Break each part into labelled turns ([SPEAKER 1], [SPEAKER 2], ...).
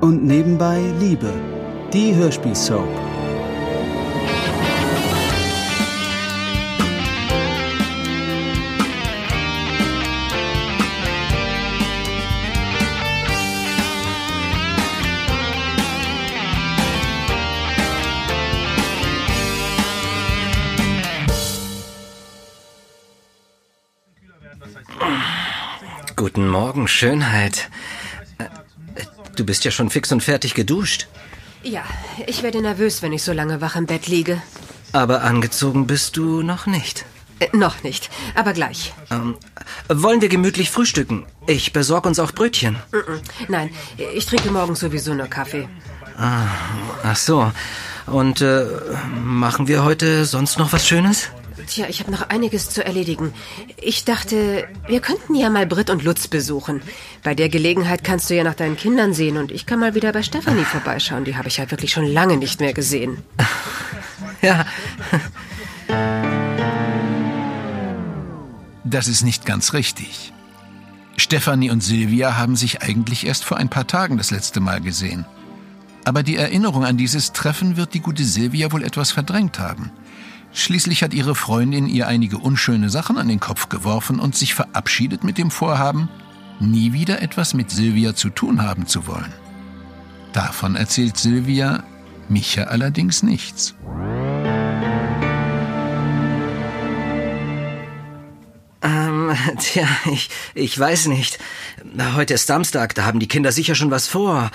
[SPEAKER 1] und nebenbei Liebe, die Hörspielsoap.
[SPEAKER 2] Guten Morgen, Schönheit. Äh, Du bist ja schon fix und fertig geduscht.
[SPEAKER 3] Ja, ich werde nervös, wenn ich so lange wach im Bett liege.
[SPEAKER 2] Aber angezogen bist du noch nicht.
[SPEAKER 3] Äh, noch nicht, aber gleich.
[SPEAKER 2] Ähm, wollen wir gemütlich frühstücken? Ich besorge uns auch Brötchen.
[SPEAKER 3] Mhm. Nein, ich trinke morgens sowieso nur Kaffee.
[SPEAKER 2] Ach so. Und äh, machen wir heute sonst noch was Schönes?
[SPEAKER 3] Tja, ich habe noch einiges zu erledigen. Ich dachte, wir könnten ja mal Britt und Lutz besuchen. Bei der Gelegenheit kannst du ja nach deinen Kindern sehen und ich kann mal wieder bei Stefanie vorbeischauen. Die habe ich ja wirklich schon lange nicht mehr gesehen.
[SPEAKER 2] Ja.
[SPEAKER 4] Das ist nicht ganz richtig. Stefanie und Silvia haben sich eigentlich erst vor ein paar Tagen das letzte Mal gesehen. Aber die Erinnerung an dieses Treffen wird die gute Silvia wohl etwas verdrängt haben. Schließlich hat ihre Freundin ihr einige unschöne Sachen an den Kopf geworfen und sich verabschiedet mit dem Vorhaben, nie wieder etwas mit Silvia zu tun haben zu wollen. Davon erzählt Silvia Micha allerdings nichts.
[SPEAKER 2] Ähm, tja, ich, ich weiß nicht. Na, Heute ist Samstag, da haben die Kinder sicher schon was vor.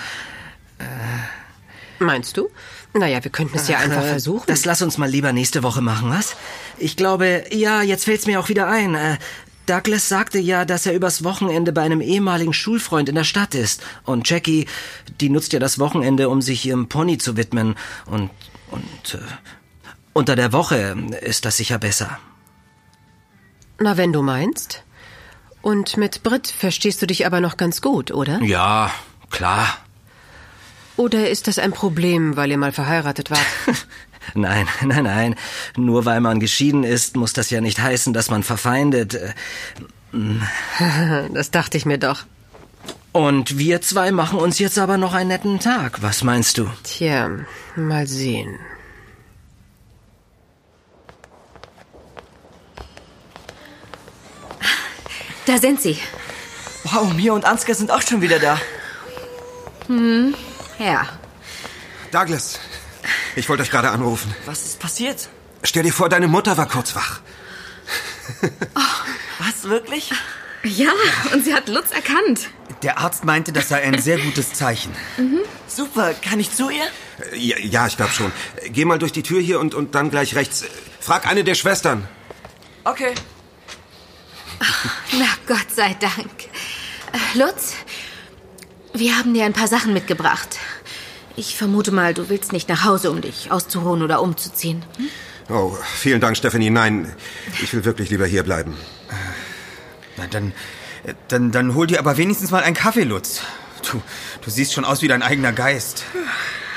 [SPEAKER 3] Meinst du? Naja, wir könnten es ja einfach
[SPEAKER 2] Äh,
[SPEAKER 3] versuchen.
[SPEAKER 2] Das lass uns mal lieber nächste Woche machen, was? Ich glaube, ja, jetzt fällt's mir auch wieder ein. Äh, Douglas sagte ja, dass er übers Wochenende bei einem ehemaligen Schulfreund in der Stadt ist. Und Jackie, die nutzt ja das Wochenende, um sich ihrem Pony zu widmen. Und, und, äh, unter der Woche ist das sicher besser.
[SPEAKER 3] Na, wenn du meinst. Und mit Britt verstehst du dich aber noch ganz gut, oder?
[SPEAKER 2] Ja, klar.
[SPEAKER 3] Oder ist das ein Problem, weil ihr mal verheiratet wart?
[SPEAKER 2] Nein, nein, nein. Nur weil man geschieden ist, muss das ja nicht heißen, dass man verfeindet. Äh,
[SPEAKER 3] das dachte ich mir doch.
[SPEAKER 2] Und wir zwei machen uns jetzt aber noch einen netten Tag. Was meinst du?
[SPEAKER 3] Tja, mal sehen.
[SPEAKER 5] Da sind sie.
[SPEAKER 6] Wow, Mia und Ansgar sind auch schon wieder da.
[SPEAKER 5] Ja.
[SPEAKER 7] Douglas, ich wollte euch gerade anrufen.
[SPEAKER 6] Was ist passiert?
[SPEAKER 7] Stell dir vor, deine Mutter war kurz wach.
[SPEAKER 6] Was, wirklich?
[SPEAKER 5] Ja, und sie hat Lutz erkannt.
[SPEAKER 8] Der Arzt meinte, das sei ein sehr gutes Zeichen.
[SPEAKER 6] Super, kann ich zu ihr?
[SPEAKER 7] Äh, Ja, ja ich glaube schon. Äh, Geh mal durch die Tür hier und, und dann gleich rechts. Äh, Frag eine der Schwestern.
[SPEAKER 6] Okay.
[SPEAKER 5] Na, Gott sei Dank. Äh, Lutz, wir haben dir ein paar Sachen mitgebracht. Ich vermute mal, du willst nicht nach Hause, um dich auszuruhen oder umzuziehen.
[SPEAKER 7] Oh, vielen Dank, Stephanie. Nein, ich will wirklich lieber hier bleiben.
[SPEAKER 8] Na, dann, äh, dann, dann hol dir aber wenigstens mal einen Kaffee, Lutz. Du, du siehst schon aus wie dein eigener Geist.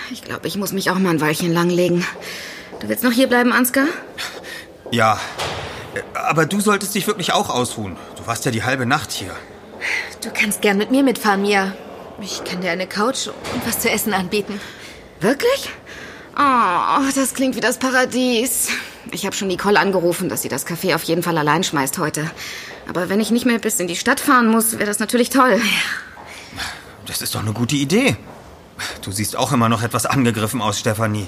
[SPEAKER 5] Ich glaube, ich muss mich auch mal ein Weilchen langlegen. Du willst noch hier bleiben, Ansgar?
[SPEAKER 8] Ja, äh, aber du solltest dich wirklich auch ausruhen. Du warst ja die halbe Nacht hier.
[SPEAKER 5] Du kannst gern mit mir mitfahren, Mia. Ich kann dir eine Couch und was zu essen anbieten. Wirklich? Oh, das klingt wie das Paradies. Ich habe schon Nicole angerufen, dass sie das Café auf jeden Fall allein schmeißt heute. Aber wenn ich nicht mehr bis in die Stadt fahren muss, wäre das natürlich toll.
[SPEAKER 8] Das ist doch eine gute Idee. Du siehst auch immer noch etwas angegriffen aus, Stefanie.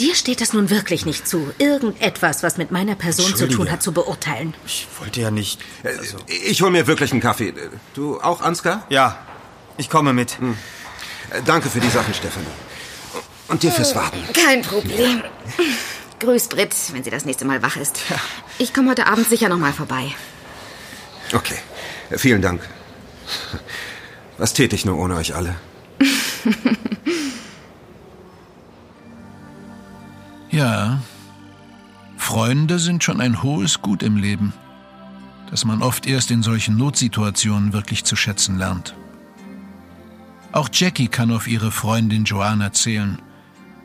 [SPEAKER 9] Dir steht das nun wirklich nicht zu, irgendetwas, was mit meiner Person zu
[SPEAKER 8] Entschuldige.
[SPEAKER 9] tun hat, zu beurteilen.
[SPEAKER 8] Ich wollte ja nicht. also-
[SPEAKER 7] Äh, Ich hol mir wirklich einen Kaffee. Äh, Du auch, Ansgar?
[SPEAKER 8] Ja, ich komme mit.
[SPEAKER 7] Äh, Danke für die Sachen, Stephanie. Und dir fürs Warten.
[SPEAKER 5] Kein Problem. Grüß Britt, wenn sie das nächste Mal wach ist. Ich komme heute Abend sicher nochmal vorbei.
[SPEAKER 7] Okay, Äh, vielen Dank. Was tät ich nur ohne euch alle?
[SPEAKER 4] Ja, Freunde sind schon ein hohes Gut im Leben, das man oft erst in solchen Notsituationen wirklich zu schätzen lernt. Auch Jackie kann auf ihre Freundin Joanna zählen,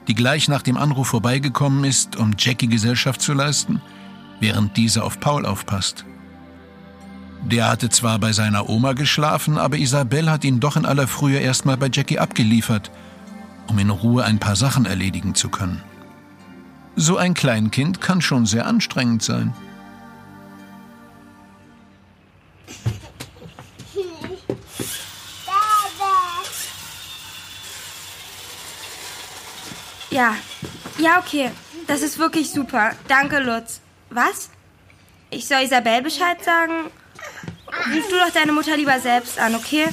[SPEAKER 4] die gleich nach dem Anruf vorbeigekommen ist, um Jackie Gesellschaft zu leisten, während diese auf Paul aufpasst. Der hatte zwar bei seiner Oma geschlafen, aber Isabel hat ihn doch in aller Frühe erstmal bei Jackie abgeliefert, um in Ruhe ein paar Sachen erledigen zu können. So ein Kleinkind kann schon sehr anstrengend sein.
[SPEAKER 10] Ja. Ja, okay. Das ist wirklich super. Danke, Lutz. Was? Ich soll Isabel Bescheid sagen? Ruf du doch deine Mutter lieber selbst an, okay?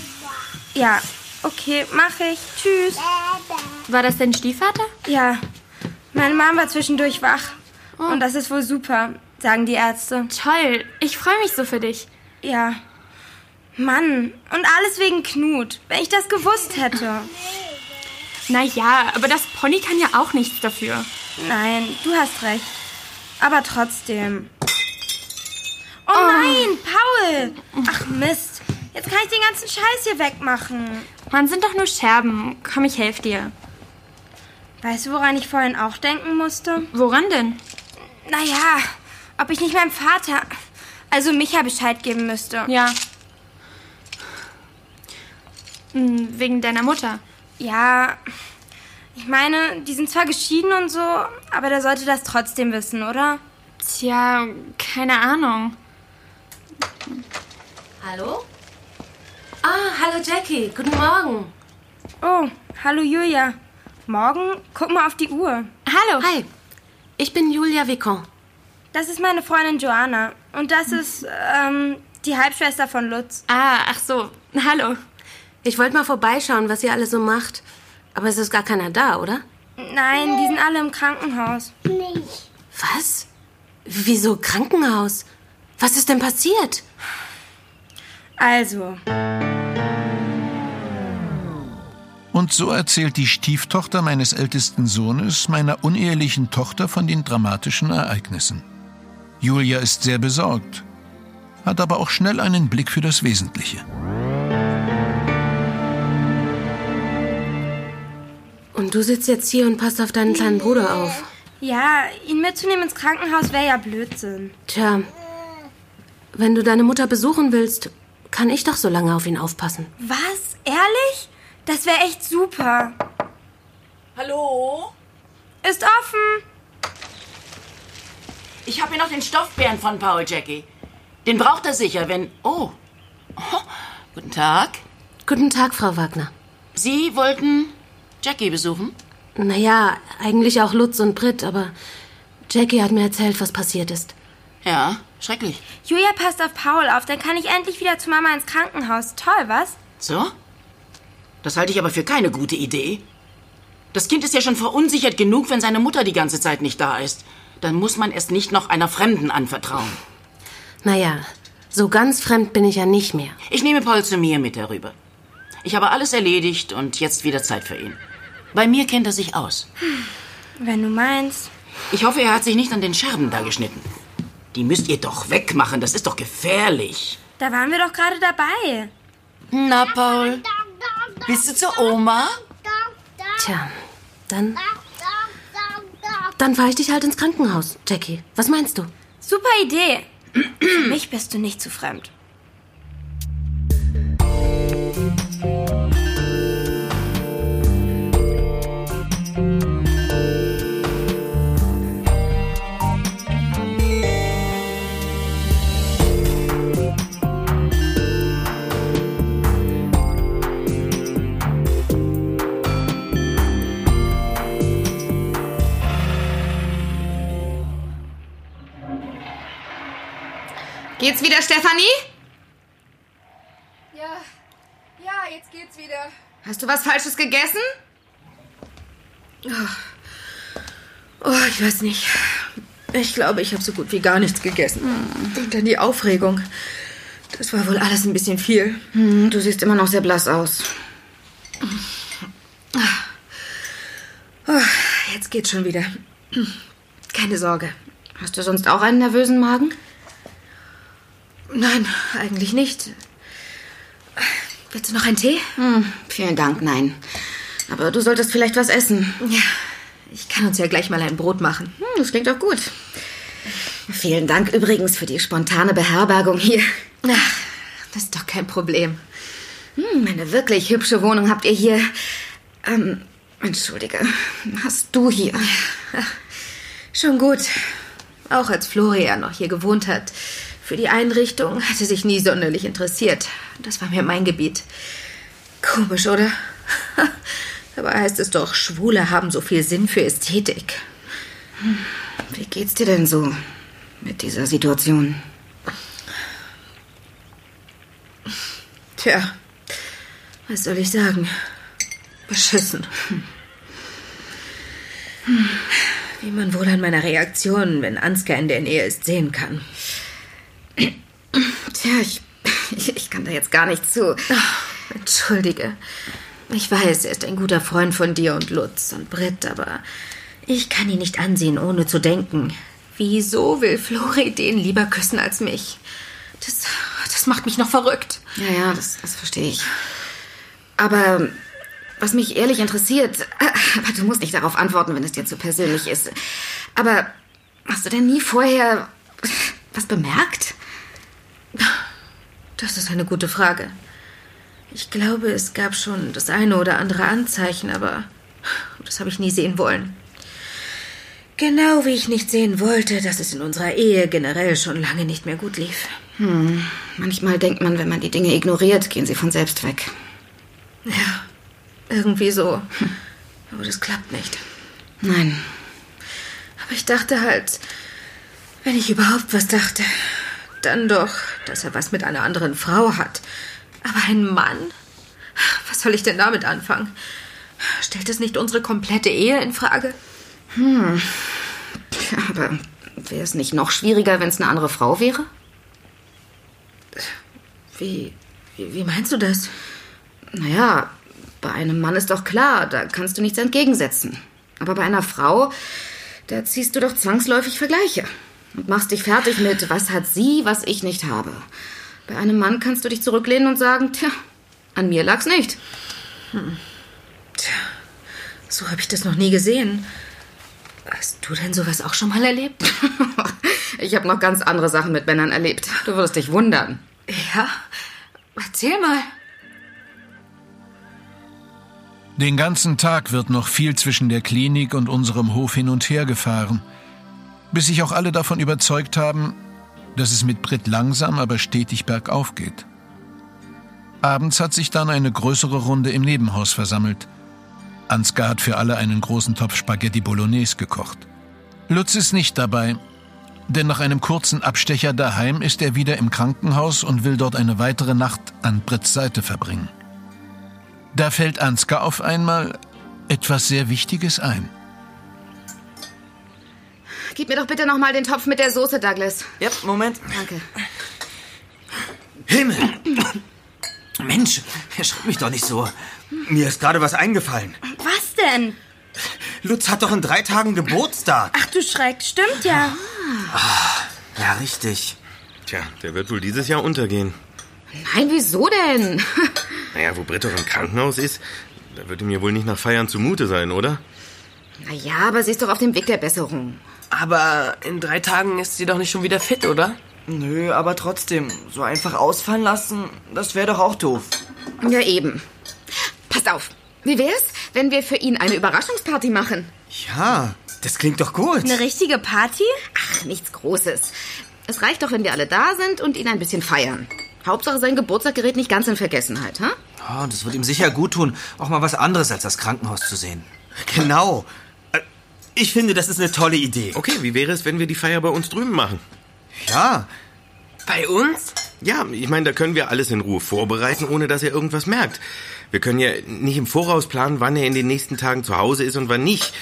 [SPEAKER 10] Ja. Okay, mach ich. Tschüss.
[SPEAKER 11] War das dein Stiefvater?
[SPEAKER 10] Ja. Meine Mom war zwischendurch wach. Und das ist wohl super, sagen die Ärzte.
[SPEAKER 11] Oh. Toll. Ich freue mich so für dich.
[SPEAKER 10] Ja. Mann. Und alles wegen Knut. Wenn ich das gewusst hätte.
[SPEAKER 11] Naja, aber das Pony kann ja auch nichts dafür.
[SPEAKER 10] Nein, du hast recht. Aber trotzdem. Oh, nein, Paul! Ach Mist. Jetzt kann ich den ganzen Scheiß hier wegmachen.
[SPEAKER 11] Man sind doch nur Scherben. Komm, ich helfe dir.
[SPEAKER 10] Weißt du, woran ich vorhin auch denken musste?
[SPEAKER 11] Woran denn?
[SPEAKER 10] Naja, ob ich nicht meinem Vater, also Micha, Bescheid geben müsste.
[SPEAKER 11] Ja. Hm, Wegen deiner Mutter.
[SPEAKER 10] Ja, ich meine, die sind zwar geschieden und so, aber der sollte das trotzdem wissen, oder?
[SPEAKER 11] Tja, keine Ahnung.
[SPEAKER 12] Hallo? Ah, hallo Jackie. Guten Morgen.
[SPEAKER 10] Oh, hallo Julia. Morgen? Guck mal auf die Uhr.
[SPEAKER 12] Hallo. Hi. Ich bin Julia Vicon.
[SPEAKER 10] Das ist meine Freundin Joanna. Und das ist, ähm, die Halbschwester von Lutz.
[SPEAKER 12] Ah, ach so. Hallo. Ich wollte mal vorbeischauen, was ihr alle so macht. Aber es ist gar keiner da, oder?
[SPEAKER 10] Nein, die sind alle im Krankenhaus.
[SPEAKER 12] Was? Wieso Krankenhaus? Was ist denn passiert?
[SPEAKER 10] Also.
[SPEAKER 4] Und so erzählt die Stieftochter meines ältesten Sohnes meiner unehelichen Tochter von den dramatischen Ereignissen. Julia ist sehr besorgt, hat aber auch schnell einen Blick für das Wesentliche.
[SPEAKER 12] Und du sitzt jetzt hier und passt auf deinen kleinen Bruder auf.
[SPEAKER 10] Ja, ihn mitzunehmen ins Krankenhaus wäre ja Blödsinn.
[SPEAKER 12] Tja, wenn du deine Mutter besuchen willst, kann ich doch so lange auf ihn aufpassen.
[SPEAKER 10] Was? Ehrlich? Das wäre echt super.
[SPEAKER 13] Hallo?
[SPEAKER 10] Ist offen.
[SPEAKER 13] Ich habe hier noch den Stoffbären von Paul Jackie. Den braucht er sicher, wenn. Oh. oh. Guten Tag.
[SPEAKER 12] Guten Tag, Frau Wagner.
[SPEAKER 13] Sie wollten Jackie besuchen?
[SPEAKER 12] Naja, eigentlich auch Lutz und Britt, aber Jackie hat mir erzählt, was passiert ist.
[SPEAKER 13] Ja, schrecklich.
[SPEAKER 10] Julia passt auf Paul auf, dann kann ich endlich wieder zu Mama ins Krankenhaus. Toll, was?
[SPEAKER 13] So? Das halte ich aber für keine gute Idee. Das Kind ist ja schon verunsichert genug, wenn seine Mutter die ganze Zeit nicht da ist. Dann muss man es nicht noch einer Fremden anvertrauen.
[SPEAKER 12] Naja, so ganz fremd bin ich ja nicht mehr.
[SPEAKER 13] Ich nehme Paul zu mir mit herüber. Ich habe alles erledigt und jetzt wieder Zeit für ihn. Bei mir kennt er sich aus.
[SPEAKER 10] Wenn du meinst.
[SPEAKER 13] Ich hoffe, er hat sich nicht an den Scherben da geschnitten. Die müsst ihr doch wegmachen, das ist doch gefährlich.
[SPEAKER 10] Da waren wir doch gerade dabei.
[SPEAKER 13] Na, Paul, bist du zur Oma?
[SPEAKER 12] Tja, dann. Dann fahre ich dich halt ins Krankenhaus, Jackie. Was meinst du?
[SPEAKER 10] Super Idee. Für mich bist du nicht zu fremd.
[SPEAKER 5] Geht's wieder, Stefanie?
[SPEAKER 14] Ja, ja, jetzt geht's wieder.
[SPEAKER 5] Hast du was Falsches gegessen?
[SPEAKER 15] Oh, ich weiß nicht. Ich glaube, ich habe so gut wie gar nichts gegessen. Und dann die Aufregung. Das war wohl alles ein bisschen viel.
[SPEAKER 5] Hm, du siehst immer noch sehr blass aus.
[SPEAKER 15] Ah. Oh, jetzt geht's schon wieder. Keine Sorge.
[SPEAKER 5] Hast du sonst auch einen nervösen Magen?
[SPEAKER 15] Nein, eigentlich nicht. Willst du noch einen Tee?
[SPEAKER 5] Hm, vielen Dank, nein. Aber du solltest vielleicht was essen.
[SPEAKER 15] Ja, ich kann uns ja gleich mal ein Brot machen.
[SPEAKER 5] Hm, das klingt auch gut. Vielen Dank übrigens für die spontane Beherbergung hier.
[SPEAKER 15] Ach,
[SPEAKER 5] kein Problem. Hm, eine wirklich hübsche Wohnung habt ihr hier. Ähm, entschuldige, hast du hier?
[SPEAKER 10] Schon gut. Auch als Florian noch hier gewohnt hat. Für die Einrichtung hat er sich nie sonderlich interessiert. Das war mir mein Gebiet. Komisch, oder? Dabei heißt es doch, Schwule haben so viel Sinn für Ästhetik.
[SPEAKER 5] Wie geht's dir denn so mit dieser Situation?
[SPEAKER 10] Tja, was soll ich sagen? Beschissen. Hm. Wie man wohl an meiner Reaktion, wenn Ansgar in der Nähe ist, sehen kann.
[SPEAKER 5] Tja, ich, ich kann da jetzt gar nicht zu.
[SPEAKER 10] Ach, entschuldige. Ich weiß, er ist ein guter Freund von dir und Lutz und Britt, aber ich kann ihn nicht ansehen, ohne zu denken. Wieso will Flori den lieber küssen als mich? Das, das macht mich noch verrückt.
[SPEAKER 5] Ja, ja, das, das verstehe ich. Aber was mich ehrlich interessiert, äh, aber du musst nicht darauf antworten, wenn es dir zu persönlich ist. Aber hast du denn nie vorher was bemerkt?
[SPEAKER 10] Das ist eine gute Frage. Ich glaube, es gab schon das eine oder andere Anzeichen, aber das habe ich nie sehen wollen. Genau wie ich nicht sehen wollte, dass es in unserer Ehe generell schon lange nicht mehr gut lief.
[SPEAKER 5] Hm. Manchmal denkt man, wenn man die Dinge ignoriert, gehen sie von selbst weg.
[SPEAKER 10] Ja, irgendwie so. Aber das klappt nicht.
[SPEAKER 5] Nein.
[SPEAKER 10] Aber ich dachte halt, wenn ich überhaupt was dachte, dann doch, dass er was mit einer anderen Frau hat. Aber ein Mann? Was soll ich denn damit anfangen? Stellt es nicht unsere komplette Ehe in Frage?
[SPEAKER 5] Hm. Ja, aber wäre es nicht noch schwieriger, wenn es eine andere Frau wäre?
[SPEAKER 10] Wie, wie, wie meinst du das?
[SPEAKER 5] Naja, bei einem Mann ist doch klar, da kannst du nichts entgegensetzen. Aber bei einer Frau, da ziehst du doch zwangsläufig Vergleiche und machst dich fertig mit, was hat sie, was ich nicht habe. Bei einem Mann kannst du dich zurücklehnen und sagen, tja, an mir lag's nicht. Hm.
[SPEAKER 10] Tja, so habe ich das noch nie gesehen. Hast du denn sowas auch schon mal erlebt?
[SPEAKER 5] ich habe noch ganz andere Sachen mit Männern erlebt. Du würdest dich wundern.
[SPEAKER 10] Ja, erzähl mal.
[SPEAKER 4] Den ganzen Tag wird noch viel zwischen der Klinik und unserem Hof hin und her gefahren, bis sich auch alle davon überzeugt haben, dass es mit Britt langsam, aber stetig bergauf geht. Abends hat sich dann eine größere Runde im Nebenhaus versammelt. Ansgar hat für alle einen großen Topf Spaghetti Bolognese gekocht. Lutz ist nicht dabei, denn nach einem kurzen Abstecher daheim ist er wieder im Krankenhaus und will dort eine weitere Nacht an Britts Seite verbringen. Da fällt Ansgar auf einmal etwas sehr Wichtiges ein.
[SPEAKER 5] Gib mir doch bitte noch mal den Topf mit der Soße, Douglas.
[SPEAKER 2] Ja, Moment.
[SPEAKER 5] Danke.
[SPEAKER 2] Himmel! Mensch, erschreck mich doch nicht so.
[SPEAKER 8] Mir ist gerade was eingefallen.
[SPEAKER 16] Was denn?
[SPEAKER 8] Lutz hat doch in drei Tagen Geburtstag.
[SPEAKER 16] Ach du Schreck, stimmt ja.
[SPEAKER 2] Ah, ja, richtig.
[SPEAKER 13] Tja, der wird wohl dieses Jahr untergehen.
[SPEAKER 5] Nein, wieso denn?
[SPEAKER 13] Naja, wo Britt doch im Krankenhaus ist, da wird ihm ja wohl nicht nach Feiern zumute sein, oder?
[SPEAKER 5] Naja, aber sie ist doch auf dem Weg der Besserung.
[SPEAKER 2] Aber in drei Tagen ist sie doch nicht schon wieder fit, oder? Nö, aber trotzdem, so einfach ausfallen lassen, das wäre doch auch doof.
[SPEAKER 5] Ja, eben. Passt auf. Wie wär's, wenn wir für ihn eine Überraschungsparty machen?
[SPEAKER 8] Ja, das klingt doch gut.
[SPEAKER 16] Eine richtige Party?
[SPEAKER 5] Ach, nichts Großes. Es reicht doch, wenn wir alle da sind und ihn ein bisschen feiern. Hauptsache, sein Geburtstag gerät nicht ganz in Vergessenheit, ha?
[SPEAKER 2] Ja, oh, das wird ihm sicher gut tun, auch mal was anderes als das Krankenhaus zu sehen.
[SPEAKER 8] Genau. Ich finde, das ist eine tolle Idee.
[SPEAKER 13] Okay, wie wäre es, wenn wir die Feier bei uns drüben machen?
[SPEAKER 8] Ja.
[SPEAKER 2] Bei uns?
[SPEAKER 13] Ja, ich meine, da können wir alles in Ruhe vorbereiten, ohne dass er irgendwas merkt. Wir können ja nicht im Voraus planen, wann er in den nächsten Tagen zu Hause ist und wann nicht.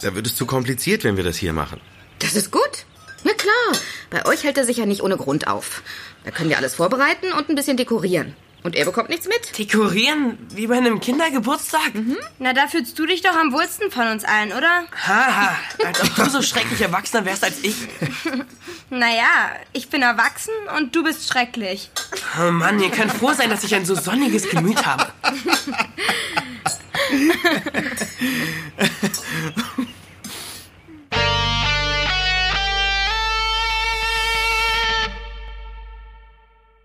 [SPEAKER 13] Da wird es zu kompliziert, wenn wir das hier machen.
[SPEAKER 5] Das ist gut. Na klar, bei euch hält er sich ja nicht ohne Grund auf. Da können wir alles vorbereiten und ein bisschen dekorieren. Und er bekommt nichts mit.
[SPEAKER 2] Dekorieren? Wie bei einem Kindergeburtstag? Mhm.
[SPEAKER 16] Na, da fühlst du dich doch am wohlsten von uns allen, oder?
[SPEAKER 2] Haha, als ob du so schrecklich erwachsener wärst als ich.
[SPEAKER 16] naja, ich bin erwachsen und du bist schrecklich.
[SPEAKER 2] Oh Mann, ihr könnt froh sein, dass ich ein so sonniges Gemüt habe.